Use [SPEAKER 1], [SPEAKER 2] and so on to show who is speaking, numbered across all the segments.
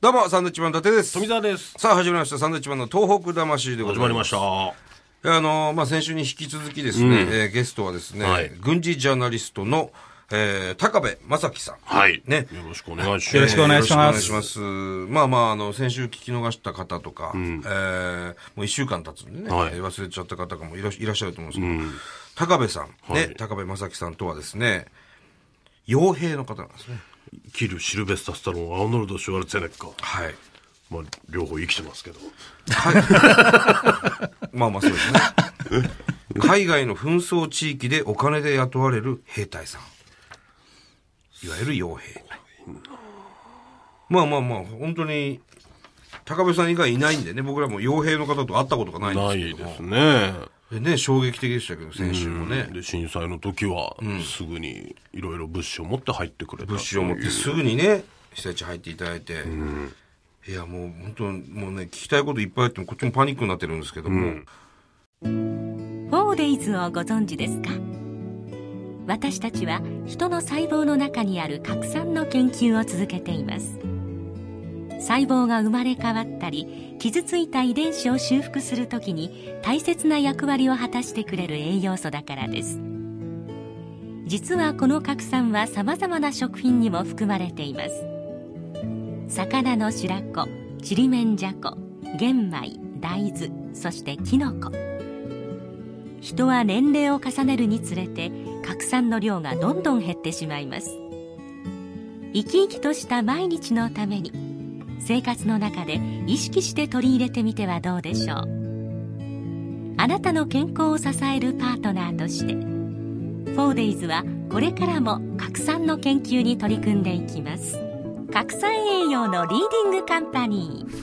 [SPEAKER 1] どうも、サンドウィッチマン伊達です。
[SPEAKER 2] 富澤です。
[SPEAKER 1] さあ、始まりました。サンドウィッチマンの東北魂でございま
[SPEAKER 2] 始
[SPEAKER 1] す。
[SPEAKER 2] まりました。は
[SPEAKER 1] えーあのーまあ、先週に引き続きですね、えーゲストはですね、
[SPEAKER 2] はい
[SPEAKER 1] 軍事ジャーナリストの、えー高部正樹さん。
[SPEAKER 2] い。
[SPEAKER 1] ね
[SPEAKER 2] よろしくお願いします。
[SPEAKER 3] よろしくお願いします
[SPEAKER 1] よろしくお願いします。まあまあ、あの、先週聞き逃した方とか、えーもう一週間経つんでね、
[SPEAKER 2] はい
[SPEAKER 1] えー忘れちゃった方がもいらっいらっしゃると思うんですけど、高部さん、
[SPEAKER 2] はい
[SPEAKER 1] ね、高部正樹さんとはですね、傭兵の方なんですね。
[SPEAKER 2] キル、シルベスタ・スタローン、アーノルド・シュワルツェネッカー。
[SPEAKER 1] はい。
[SPEAKER 2] まあ、両方生きてますけど。
[SPEAKER 1] まあまあそうですね。 海外の紛争地域でお金で雇われる兵隊さん。いわゆる傭兵。まあまあまあ、本当に、高部さん以外いないんでね、僕らも傭兵の方と会ったことがないん
[SPEAKER 2] な
[SPEAKER 1] ですけ
[SPEAKER 2] い
[SPEAKER 1] ども。
[SPEAKER 2] ですね。
[SPEAKER 1] でね、衝撃的でしたけど、先週もね。
[SPEAKER 2] で、震災の時は、すぐにいろいろ物資を持って入ってくれた。
[SPEAKER 1] 物資を持ってすぐにね、被災地入っていただいて。いや、もう本当に、もうね、聞きたいこといっぱいあっても、こっちもパニックになってるんですけども。
[SPEAKER 4] フォーデイズをご存知ですか私たちは人の細胞の中にある核酸の研究を続けています細胞が生まれ変わったり傷ついた遺伝子を修復するときに大切な役割を果たしてくれる栄養素だからです実はこの核酸は様々な食品にも含まれています魚の白子ちりめんじゃこ玄米大豆そしてきのこ人は年齢を重ねるにつれて核酸の量がどんどん減ってしまいます生き生きとした毎日のために生活の中で意識して取り入れてみてはどうでしょうあなたの健康を支えるパートナーとして 4days はこれからも核酸の研究に取り組んでいきます核酸栄養のリーディングカンパニー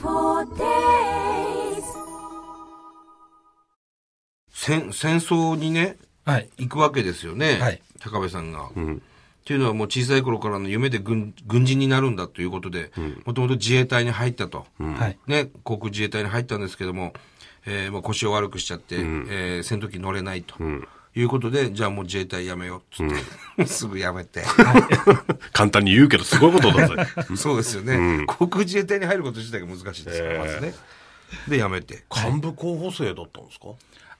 [SPEAKER 1] 戦戦争にね、
[SPEAKER 3] はい。
[SPEAKER 1] 行くわけですよね、
[SPEAKER 3] はい
[SPEAKER 1] 高部さんが。
[SPEAKER 2] ん
[SPEAKER 1] っていうのはもう小さい頃からの夢で軍軍人になるんだということで、もともと自衛隊に入ったと、
[SPEAKER 3] はい。
[SPEAKER 1] ね、航空自衛隊に入ったんですけども、えーもう腰を悪くしちゃって、えー戦闘機乗れないと。いうことで、じゃあもう自衛隊やめようっつって、 すぐやめて。
[SPEAKER 2] 簡単に言うけど、すごいことだぜ。
[SPEAKER 1] そうですよね、航空自衛隊に入ること自体が難しいですから、まずね。で、やめて。
[SPEAKER 2] 幹部候補生だったんですか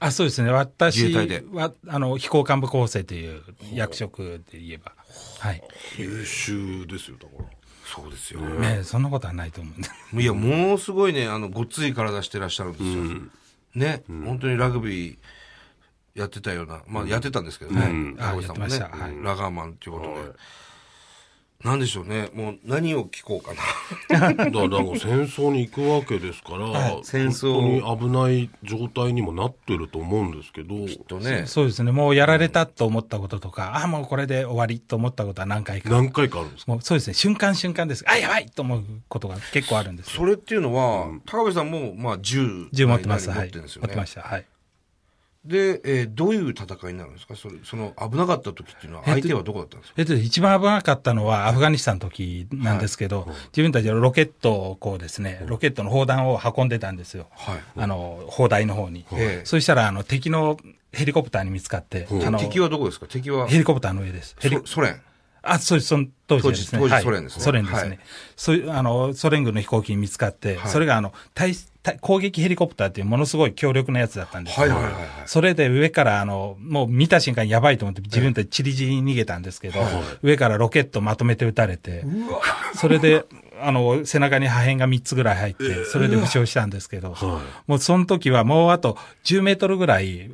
[SPEAKER 3] あ、そうですね。
[SPEAKER 1] 自
[SPEAKER 3] 私
[SPEAKER 1] 衛隊で
[SPEAKER 3] は、あの、飛行幹部候補生という役職で言えば。はい。
[SPEAKER 2] 優秀ですよ、だから。
[SPEAKER 1] そうですよ。
[SPEAKER 3] ねそんなことはないと思うんで。
[SPEAKER 1] いや、ものすごいね、あの、ごっつい体してらっしゃるんですよ。ね、本当にラグビーやってたような、まあ、やってたんですけどね、
[SPEAKER 3] あ
[SPEAKER 1] 高橋さんもね、
[SPEAKER 3] やってましたはい
[SPEAKER 1] ラガーマンっていうことで。なんでしょうね、もう何を聞こうかな。
[SPEAKER 2] だからなんか戦争に行くわけですから、
[SPEAKER 1] 戦争
[SPEAKER 2] 本当に危ない状態にもなってると思うんですけど、
[SPEAKER 1] とね、
[SPEAKER 3] そうですね。もうやられたと思ったこととか、あ、もうこれで終わりと思ったことは何回か。
[SPEAKER 2] 何回かあるんですか
[SPEAKER 3] もうそうですね。瞬間瞬間です。あ、やばいと思うことが結構あるんですよ。
[SPEAKER 1] それっていうのは、高部さんも、まあ、銃、
[SPEAKER 3] 銃持ってます。
[SPEAKER 1] 持
[SPEAKER 3] は
[SPEAKER 1] っ
[SPEAKER 3] い。
[SPEAKER 1] て
[SPEAKER 3] 持
[SPEAKER 1] るんですよ
[SPEAKER 3] って
[SPEAKER 1] ね
[SPEAKER 3] ま。した。はい。
[SPEAKER 1] で、えーどういう戦いになるんですかそれ、その、危なかった時っていうのは、相手はどこだったんですか
[SPEAKER 3] えっと、一番危なかったのはアフガニスタンの時なんですけど、自分たちはロケットをこうですね、ロケットの砲弾を運んでたんですよ。
[SPEAKER 1] はい
[SPEAKER 3] あの、砲台の方に。
[SPEAKER 1] ええ
[SPEAKER 3] そしたら、あの、敵のヘリコプターに見つかって、あの、
[SPEAKER 1] 敵はどこですか敵は、
[SPEAKER 3] ヘリコプターの上です。ヘリ
[SPEAKER 1] そソ連。
[SPEAKER 3] あ、そうです、その当時ですね。
[SPEAKER 1] 当時当時
[SPEAKER 3] はい
[SPEAKER 1] ソ連ですね
[SPEAKER 3] ソ連です
[SPEAKER 1] はい
[SPEAKER 3] ね。そういうあの、ソ連軍の飛行機に見つかって、
[SPEAKER 1] はい
[SPEAKER 3] それがあの、対、対攻撃ヘリコプターっていうものすごい強力なやつだったんです
[SPEAKER 1] はいはいはいはい。
[SPEAKER 3] それで上から、あの、もう見た瞬間やばいと思って自分たちチリジリに逃げたんですけど、上からロケットまとめて撃たれて、それで、あの、背中に破片が3つぐらい入って、それで負傷したんですけど、もうその時はもうあと10メートルぐらい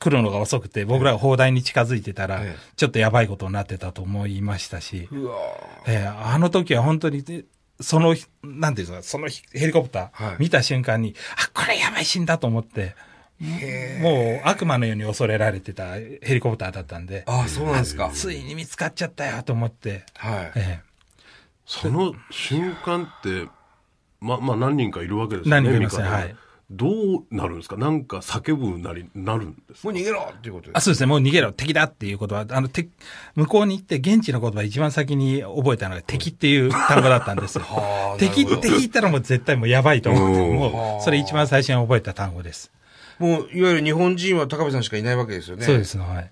[SPEAKER 3] 来るのが遅くて、僕らが砲台に近づいてたら
[SPEAKER 1] ええ、
[SPEAKER 3] ちょっとやばいことになってたと思いましたし、
[SPEAKER 1] うわ
[SPEAKER 3] ええあの時は本当に、でその、なんていうんですか、そのヘヘリコプタ
[SPEAKER 1] はい
[SPEAKER 3] ー、見た瞬間に、あ、これやばい死んだと思って、もう悪魔のように恐れられてたヘリコプターだったんで、
[SPEAKER 1] ああ、そうなんですか。
[SPEAKER 3] ついに見つかっちゃったよと思って、
[SPEAKER 1] はい。
[SPEAKER 3] ええ
[SPEAKER 2] その瞬間って、ま、まあ何人かいるわけですよね。
[SPEAKER 3] 何人かいますね
[SPEAKER 2] 味方が
[SPEAKER 3] はい
[SPEAKER 2] どうなるんですかなんか叫ぶなり、なるんです
[SPEAKER 1] も
[SPEAKER 2] か
[SPEAKER 1] う逃げろっていうことで
[SPEAKER 3] あ、
[SPEAKER 1] す。
[SPEAKER 3] そうですね、もう逃げろ、敵だっていうことは、あの、て向こうに行って現地の言葉一番先に覚えたのが敵っていう単語だったんですよ
[SPEAKER 1] はあ。
[SPEAKER 3] 敵
[SPEAKER 1] なる
[SPEAKER 3] っ
[SPEAKER 1] ほ
[SPEAKER 3] て聞いたらもう絶対もうやばいと思って、
[SPEAKER 2] うん
[SPEAKER 3] もうそれ一番最初に覚えた単語です。
[SPEAKER 1] もう、いわゆる日本人は高部さんしかいないわけですよね。
[SPEAKER 3] そうで。すね、はい。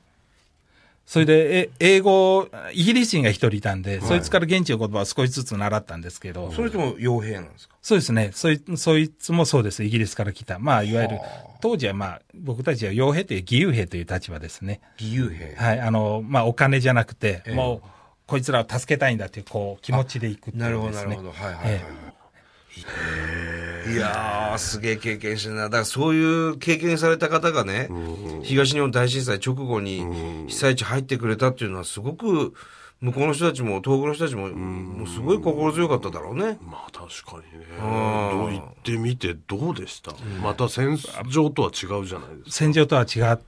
[SPEAKER 3] それで、え、英語、イギリス人が一人いたんで、そいつから現地の言葉を少しずつ習ったんですけど、
[SPEAKER 1] それとも傭兵なんですか
[SPEAKER 3] そうですね。そい、そいつもそうです。イギリスから来た。まあ、いわゆる、当時はまあ、僕たちは傭兵という義勇兵という立場ですね。
[SPEAKER 1] 義勇兵。
[SPEAKER 3] はい。あの、まあ、お金じゃなくて、
[SPEAKER 1] ええ
[SPEAKER 3] もう、こいつらを助けたいんだっていう、こう、気持ちで行くっていう
[SPEAKER 1] なるほど、
[SPEAKER 3] で
[SPEAKER 1] な
[SPEAKER 3] す
[SPEAKER 1] る
[SPEAKER 3] ね
[SPEAKER 1] ほど。はいはいはい。いやー、すげえ経験してるな。だからそういう経験された方がね、東日本大震災直後に被災地入ってくれたっていうのはすごく、向こうの人たちも、東北の人たちも、もうすごい心強かっただろうね。
[SPEAKER 2] まあ確かにね
[SPEAKER 1] あー
[SPEAKER 2] どう行ってみてどうでした、また戦場とは違うじゃないですか
[SPEAKER 3] 戦場とは違う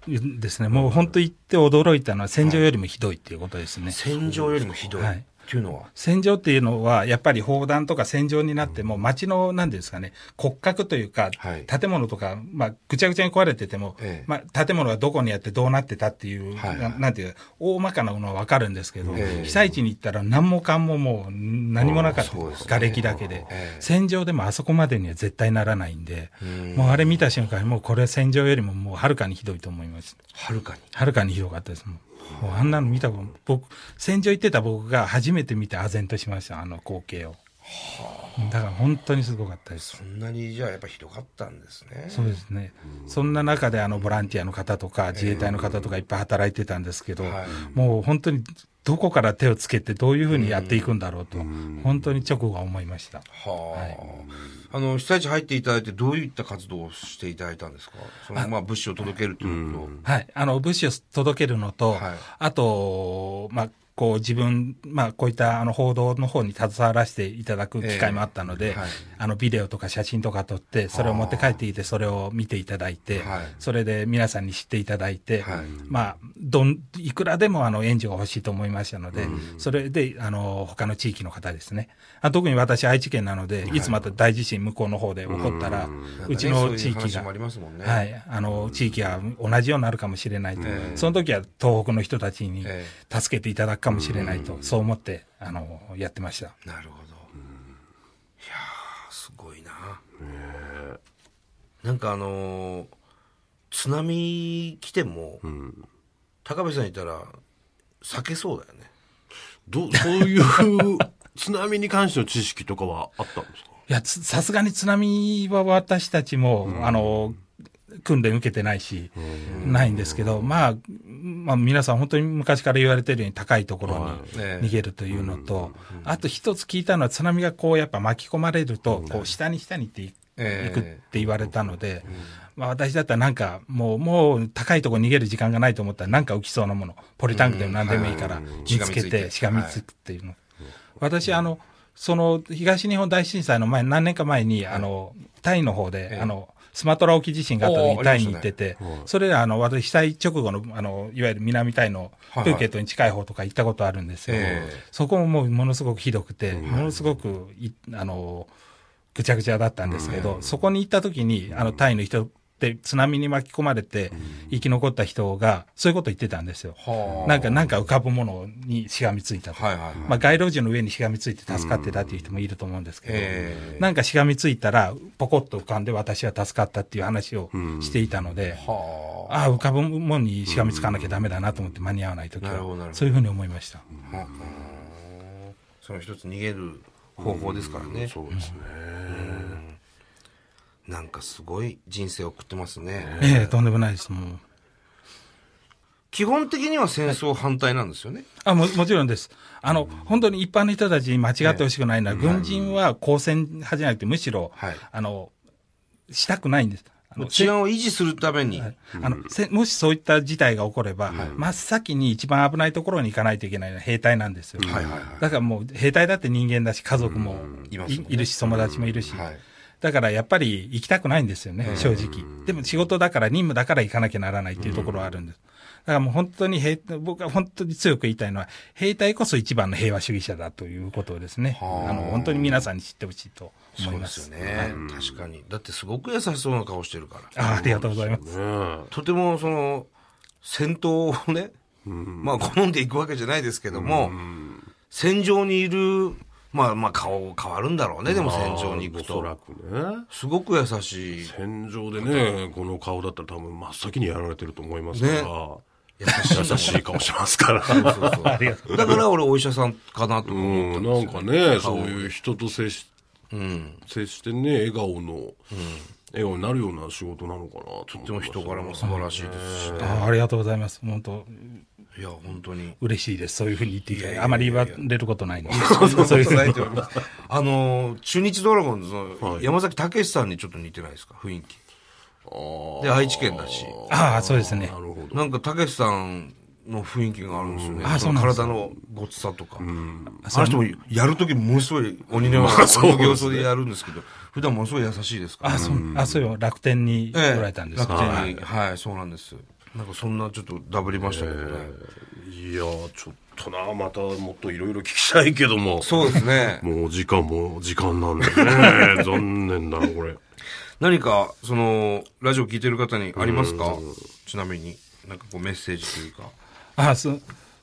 [SPEAKER 3] ですね。もう本当行って驚いたのは戦場よりもひどいっていうことですね。
[SPEAKER 1] 戦場よりもひどい。
[SPEAKER 3] は
[SPEAKER 1] っ
[SPEAKER 3] い
[SPEAKER 1] ていうのは。
[SPEAKER 3] 戦場っていうのは、やっぱり砲弾とか戦場になっても、街の、なんていうんですかね、骨格というか、
[SPEAKER 1] はい
[SPEAKER 3] 建物とか、まあ、ぐちゃぐちゃに壊れてても、
[SPEAKER 1] ええ
[SPEAKER 3] まあ、建物がどこにあってどうなってたっていう、
[SPEAKER 1] はい
[SPEAKER 3] ななんていう、大まかなものはわかるんですけど、
[SPEAKER 1] ええ
[SPEAKER 3] 被災地に行ったら何もかんももう何もなかった。
[SPEAKER 1] うんそうですね
[SPEAKER 3] 瓦礫だけで、
[SPEAKER 1] ええ
[SPEAKER 3] 戦場でもあそこまでには絶対ならないんで、
[SPEAKER 1] うん
[SPEAKER 3] もうあれ見た瞬間に、もうこれは戦場よりももうはるかにひどいと思います。
[SPEAKER 1] はるかに。
[SPEAKER 3] はるかに広がったですもん。もうあんなの見たこと、僕、戦場行ってた僕が初めて見て唖然としました、あの光景を。だから本当にすごかったです
[SPEAKER 1] そ。んなに、じゃあやっぱひどかったんですね。
[SPEAKER 3] そうですね。そんな中であのボランティアの方とか自衛隊の方とかいっぱい働いてたんですけど、
[SPEAKER 1] はい
[SPEAKER 3] もう本当にどこから手をつけてどういうふうにやっていくんだろうと、本当に直後は思いました。
[SPEAKER 1] はあ、あの被災地入っていただいてどういった活動をしていただいたんですかそのまあ物資を届けるということ、
[SPEAKER 3] はい。あの、物資を届けるのと、
[SPEAKER 1] はい
[SPEAKER 3] あと、まあ、こう自分、まあ、こういったあの報道の方に携わらせていただく機会もあったの
[SPEAKER 1] え
[SPEAKER 3] で、
[SPEAKER 1] えはい
[SPEAKER 3] あのビデオとか写真とか撮って、それを持って帰ってきて、それを見ていただいて、
[SPEAKER 1] はい
[SPEAKER 3] それで皆さんに知っていただいて、
[SPEAKER 1] はい
[SPEAKER 3] まあ、どん、いくらでもあの援助が欲しいと思いましたので、それで、あの、他の地域の方ですね。あ特に私、愛知県なので、いつまた大地震向こうの方で起こったら、うち
[SPEAKER 1] なんか
[SPEAKER 3] の
[SPEAKER 1] ね
[SPEAKER 3] 地域
[SPEAKER 1] そういう話
[SPEAKER 3] が
[SPEAKER 1] もあ、りますもんね、
[SPEAKER 3] はい、あの地域が同じようになるかもしれないと、
[SPEAKER 1] ええ
[SPEAKER 3] その時は東北の人たちに
[SPEAKER 1] え
[SPEAKER 3] 助けていただくかもしれないと、そう思ってあのやってました。
[SPEAKER 1] なるほど、いやーすごいな、なんかあのー津波来ても、高部さんいたら避けそうだよね
[SPEAKER 2] どそういう津波に関しての知識とかはあったんですか
[SPEAKER 3] いや、つさすがに津波は私たちも、あの訓練受けてないし、ないんですけど、まあ、まあ、皆さん本当に昔から言われてるように高いところに
[SPEAKER 1] ええ
[SPEAKER 3] 逃げるというのと、あと一つ聞いたのは津波がこうやっぱ巻き込まれると、こう下に下にってい
[SPEAKER 1] ええ
[SPEAKER 3] 行くって言われたので、まあ私だったらなんかもう、もう高いとこ逃げる時間がないと思ったらなんか浮きそうなもの、ポリタンクでも何でもいいから
[SPEAKER 1] うん
[SPEAKER 3] 見つけて、
[SPEAKER 1] し
[SPEAKER 3] し
[SPEAKER 1] が
[SPEAKER 3] が
[SPEAKER 1] み
[SPEAKER 3] み
[SPEAKER 1] ついて
[SPEAKER 3] つくっていうの。私、あの、その東日本大震災の前、何年か前に、あの、タイの方
[SPEAKER 1] ええ
[SPEAKER 3] で、あの、スマトラ沖地震があった時
[SPEAKER 1] おー
[SPEAKER 3] にタイに行ってて、それであの、私、被災直後の、あの、いわゆる南タイのプ
[SPEAKER 1] はいはい
[SPEAKER 3] ーケットに近い方とか行ったことあるんですよ。
[SPEAKER 1] ええ
[SPEAKER 3] そこももうものすごくひどくて、ものすごくい、あの、ぐちゃぐちゃだったんですけど、そこに行った時に、あの、タイの人って津波に巻き込まれて生き残った人が、そういうこと言ってたんですよ。
[SPEAKER 1] は
[SPEAKER 3] なんか、なんか浮かぶものにしがみついたと。
[SPEAKER 1] はいはいはい、
[SPEAKER 3] まあ、街路樹の上にしがみついて助かってたっていう人もいると思うんですけど、
[SPEAKER 1] ええ
[SPEAKER 3] なんかしがみついたら、ポコッと浮かんで私は助かったっていう話をしていたので、
[SPEAKER 1] は
[SPEAKER 3] ああ、浮かぶものにしがみつかなきゃダメだなと思って間に合わないとき
[SPEAKER 1] なるほどなる
[SPEAKER 3] は
[SPEAKER 1] ほ、ど
[SPEAKER 3] そういうふうに思いました。
[SPEAKER 1] あうんその一つ逃げる方法ですからね、
[SPEAKER 2] そうですね、
[SPEAKER 1] なんかすごい人生を送ってますね。
[SPEAKER 3] ええ、とんでもないです、もう。
[SPEAKER 1] 基本的には戦争反対なんですよね。
[SPEAKER 3] あももちろんです。あの、本当に一般の人たちに間違ってほしくないのは、軍人は交戦派じゃなくて、むしろ、
[SPEAKER 1] はい
[SPEAKER 3] あの、したくないんです。あの
[SPEAKER 1] 治安を維持するために。
[SPEAKER 3] あのせもしそういった事態が起これば、真っ先に一番危ないところに行かないといけないのは兵隊なんですよ。
[SPEAKER 1] はいはいはい
[SPEAKER 3] だからもう兵隊だって人間だし、家族もい,、
[SPEAKER 1] いますもんね
[SPEAKER 3] るし、友達もいるし、
[SPEAKER 1] はい
[SPEAKER 3] だからやっぱり行きたくないんですよね、正直。でも仕事だから、任務だから行かなきゃならないっていうところはあるんです。だからもう本当に兵、僕は本当に強く言いたいのは、兵隊こそ一番の平和主義者だということをですね、
[SPEAKER 1] はあ
[SPEAKER 3] あの本当に皆さんに知ってほしいと
[SPEAKER 1] そ
[SPEAKER 3] 思いう
[SPEAKER 1] で
[SPEAKER 3] ます。
[SPEAKER 1] すよね。確かに。だってすごく優しそうな顔してるから。
[SPEAKER 3] あありがとうございます。
[SPEAKER 2] ね
[SPEAKER 1] とてもその、戦闘をね、まあ好んでいくわけじゃないですけども、戦場にいる、まあまあ顔変わるんだろうね、でも戦場に行く
[SPEAKER 2] おそら
[SPEAKER 1] と。
[SPEAKER 2] くね
[SPEAKER 1] すごく優しい。
[SPEAKER 2] 戦場でねこの顔だったら多分真っ先にやられてると思いますから、
[SPEAKER 1] 優しい。
[SPEAKER 2] 優しい顔しますから。
[SPEAKER 1] そうそうそう。
[SPEAKER 3] ありがとう。
[SPEAKER 1] だから俺お医者さんかなとか
[SPEAKER 2] う
[SPEAKER 1] 思ったん
[SPEAKER 2] ん、な
[SPEAKER 1] です
[SPEAKER 2] ん
[SPEAKER 1] よ。
[SPEAKER 2] かね、そういう人と接し
[SPEAKER 1] うん。
[SPEAKER 2] 接してね、笑顔の、笑顔になるような仕事なのかなと
[SPEAKER 1] で
[SPEAKER 2] 思
[SPEAKER 1] も
[SPEAKER 2] います
[SPEAKER 1] 人柄も素晴らしいですしね。
[SPEAKER 3] あありがとうございます。本当
[SPEAKER 1] いや、本当に。
[SPEAKER 3] 嬉しいです。そういうふうに言っていただい
[SPEAKER 1] いやいやい
[SPEAKER 3] て、
[SPEAKER 1] や
[SPEAKER 3] あまり言われることないんで。
[SPEAKER 1] そう
[SPEAKER 3] そう
[SPEAKER 1] い
[SPEAKER 3] いうう
[SPEAKER 1] こと
[SPEAKER 3] ふ
[SPEAKER 1] な
[SPEAKER 3] う
[SPEAKER 1] い
[SPEAKER 3] に
[SPEAKER 1] と思います。あの、中日ドラゴンズの
[SPEAKER 2] はい
[SPEAKER 1] 山崎武さんにちょっと似てないですか、雰囲気。で、愛知県だし。
[SPEAKER 3] ああ、そうですね。
[SPEAKER 2] なるほど。
[SPEAKER 1] なんか武さんの雰囲気があるんですよね。
[SPEAKER 3] んあそうなんです
[SPEAKER 1] 体のごつさとか。あの人もやるときものすごい鬼のような、
[SPEAKER 2] まあそうですね
[SPEAKER 1] 鬼の形相でやるんですけど、普段ものすごい優しいですから。
[SPEAKER 3] あ、そう、あ、そうよ。楽天に来られたんですけど
[SPEAKER 1] 楽天にはい、そうなんです。なんかそんなちょっとダブりましたけどね。
[SPEAKER 2] いやー、ちょっとな、またもっといろいろ聞きたいけども。
[SPEAKER 1] そうですね。
[SPEAKER 2] もうお時間も時間なんで ね。残念だな、これ。
[SPEAKER 1] 何か、その、ラジオ聞いてる方にありますかちなみに、なんかこうメッセージというか。
[SPEAKER 3] あそ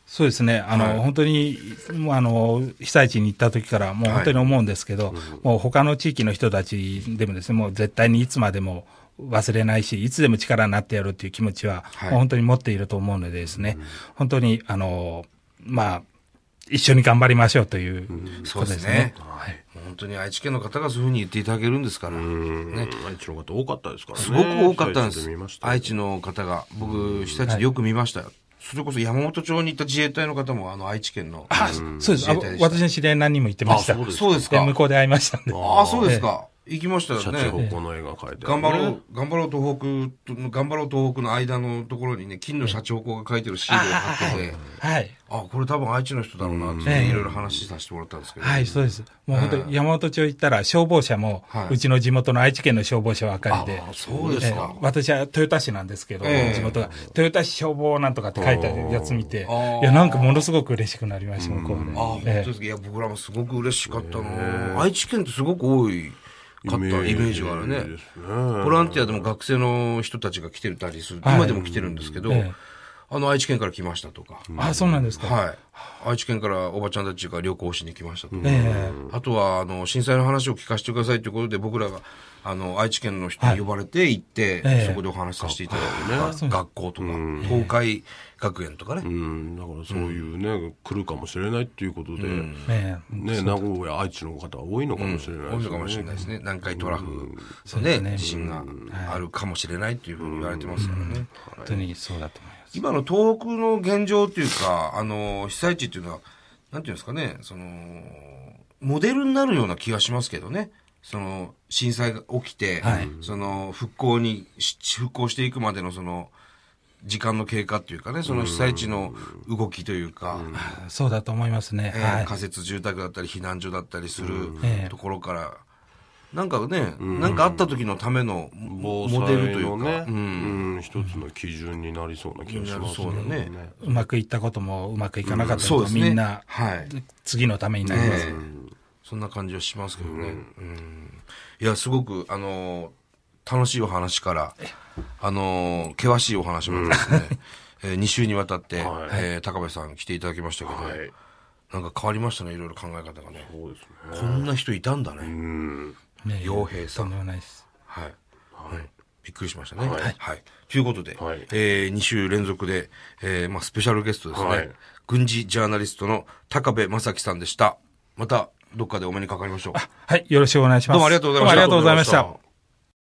[SPEAKER 3] そうですね、あの、
[SPEAKER 1] はい
[SPEAKER 3] 本当にもうあの被災地に行った時から、もう本当に思うんですけど、もう他の地域の人たちでもですね、もう絶対にいつまでも忘れないし、いつでも力になってやるっていう気持ちは、
[SPEAKER 1] はい
[SPEAKER 3] もう本当に持っていると思うのでですね、本当にあの、まあ、一緒に頑張りましょうという
[SPEAKER 1] そ
[SPEAKER 3] こ
[SPEAKER 1] う
[SPEAKER 3] と
[SPEAKER 1] で
[SPEAKER 3] ですす
[SPEAKER 1] ね
[SPEAKER 3] ね。。
[SPEAKER 1] はい。本当に愛知県の方がそういうふうに言っていただけるんですから。ね。
[SPEAKER 2] 愛知の方多かったですからね。
[SPEAKER 1] すごく多かったんです。
[SPEAKER 2] 久々に見ました
[SPEAKER 1] 愛知の方が。僕、被災地でよく見ましたよ。それこそ山本町に行った自衛隊の方も、あの、愛知県の。
[SPEAKER 3] あそうです。
[SPEAKER 1] 自
[SPEAKER 3] あ
[SPEAKER 1] 衛隊でした
[SPEAKER 3] 私の知り合い何人も行ってました。
[SPEAKER 2] あそうです
[SPEAKER 1] そうです
[SPEAKER 3] で
[SPEAKER 1] か。
[SPEAKER 3] 向こうで会いましたんで。
[SPEAKER 1] ああ、そうですか。行きました
[SPEAKER 2] シ
[SPEAKER 1] よ
[SPEAKER 2] ャチホ
[SPEAKER 1] ね。
[SPEAKER 2] コの絵が描いてあ
[SPEAKER 1] 頑
[SPEAKER 2] るね
[SPEAKER 1] 張ろう、頑張ろう東北と、頑張ろう東北の間のところにね、金のシャチホコが書いてるシールを貼ってて、
[SPEAKER 3] はい。
[SPEAKER 1] あ、これ多分愛知の人だろうなって、
[SPEAKER 3] うん
[SPEAKER 1] いろいろ話させてもらったんですけど。
[SPEAKER 3] はい、そうです。もう本当に山本町行ったら消防車も、
[SPEAKER 1] はいう
[SPEAKER 3] ちの地元の愛知県の消防車ばかりで
[SPEAKER 1] あ、そうですか
[SPEAKER 3] ええ私は豊田市なんですけど、
[SPEAKER 1] ええ
[SPEAKER 3] 地元が、豊田市消防なんとかって書いてあるやつ見て
[SPEAKER 1] あー、
[SPEAKER 3] いや、なんかものすごく嬉しくなりました、向こうで。
[SPEAKER 1] あ、本当
[SPEAKER 3] ええ
[SPEAKER 1] ですか。いや、僕らもすごく嬉しかったな。愛知県ってすごく多いかったイメージがある
[SPEAKER 2] イメージ
[SPEAKER 1] ね
[SPEAKER 2] で。す
[SPEAKER 1] ボランティアでも学生の人たちが来てるたりする。
[SPEAKER 3] はい
[SPEAKER 1] 今でも来てるんですけど
[SPEAKER 3] ええ、
[SPEAKER 1] あの、愛知県から来ましたとか。
[SPEAKER 3] あ、そうなんですか。
[SPEAKER 1] はい。愛知県からおばちゃんたちが旅行しに来ましたとか。
[SPEAKER 3] え
[SPEAKER 1] あとは、あの、震災の話を聞かせてくださいということで、僕らが、あの、愛知県の人に呼ばれて行って、
[SPEAKER 3] ええ
[SPEAKER 1] そこでお話しさせていただいて、
[SPEAKER 3] う
[SPEAKER 1] 学校とか、東海学園とかね。
[SPEAKER 2] うん、だからそういうね、来るかもしれないっていうことで、
[SPEAKER 3] えええ
[SPEAKER 2] ね、名古屋、愛知の方は多いのかもしれない
[SPEAKER 1] 多いのかもしれないですね。南海トラフ、そうね、地震があるかもしれないというふうに言われてますからね。
[SPEAKER 3] 本当にそうだと思います。
[SPEAKER 1] 今の東北の現状というか、あの、被災地っていうのは、なんていうんですかね、その、モデルになるような気がしますけどね。その、震災が起きて、
[SPEAKER 3] はい
[SPEAKER 1] その、復興にし、復興していくまでのその、時間の経過っていうかね、その被災地の動きというか、
[SPEAKER 3] あそうだと思いますね。
[SPEAKER 1] えー
[SPEAKER 3] はい。
[SPEAKER 1] 仮設住宅だったり避難所だったりする
[SPEAKER 3] ええ
[SPEAKER 1] ところから、なんかね、なんかあった時のためのモ
[SPEAKER 2] 防
[SPEAKER 1] モデルと
[SPEAKER 2] 災
[SPEAKER 1] い
[SPEAKER 2] の
[SPEAKER 1] うか
[SPEAKER 2] ね、、
[SPEAKER 1] う、
[SPEAKER 2] うんん、一つの基準になりそうな気がします
[SPEAKER 1] になりそうだね
[SPEAKER 3] うまくいったこともうまくいかなかった
[SPEAKER 1] そう
[SPEAKER 3] こ
[SPEAKER 1] で
[SPEAKER 3] と
[SPEAKER 1] す
[SPEAKER 3] も
[SPEAKER 1] ね。
[SPEAKER 3] みんな
[SPEAKER 1] はい。
[SPEAKER 3] 次のためになります
[SPEAKER 1] ええ。そんな感じはしますけどね。うんいや、すごく、あのー楽しいお話から、あのー険しいお話までですね、え2週にわたって、
[SPEAKER 2] はい
[SPEAKER 1] えー高部さん来ていただきましたけど、
[SPEAKER 2] はい。
[SPEAKER 1] なんか変わりましたね、いろいろ考え方がね。
[SPEAKER 2] そうですね。
[SPEAKER 1] こんな人いたんだね。
[SPEAKER 2] うん。
[SPEAKER 3] ねえ
[SPEAKER 1] 傭兵さん
[SPEAKER 3] とんでもないです。
[SPEAKER 1] はい。はい。びっくりしましたね。は
[SPEAKER 2] はいい。
[SPEAKER 1] ということで、
[SPEAKER 2] はい
[SPEAKER 1] えー、2週連続で、えー、まあ、スペシャルゲストですね。
[SPEAKER 2] はい
[SPEAKER 1] 軍事ジャーナリストの高部正樹さんでした。また、どっかでお目にかかりましょう。
[SPEAKER 3] はい、よろしくお願いします。
[SPEAKER 1] どうもありがとうございました
[SPEAKER 3] どうもありがとうございました。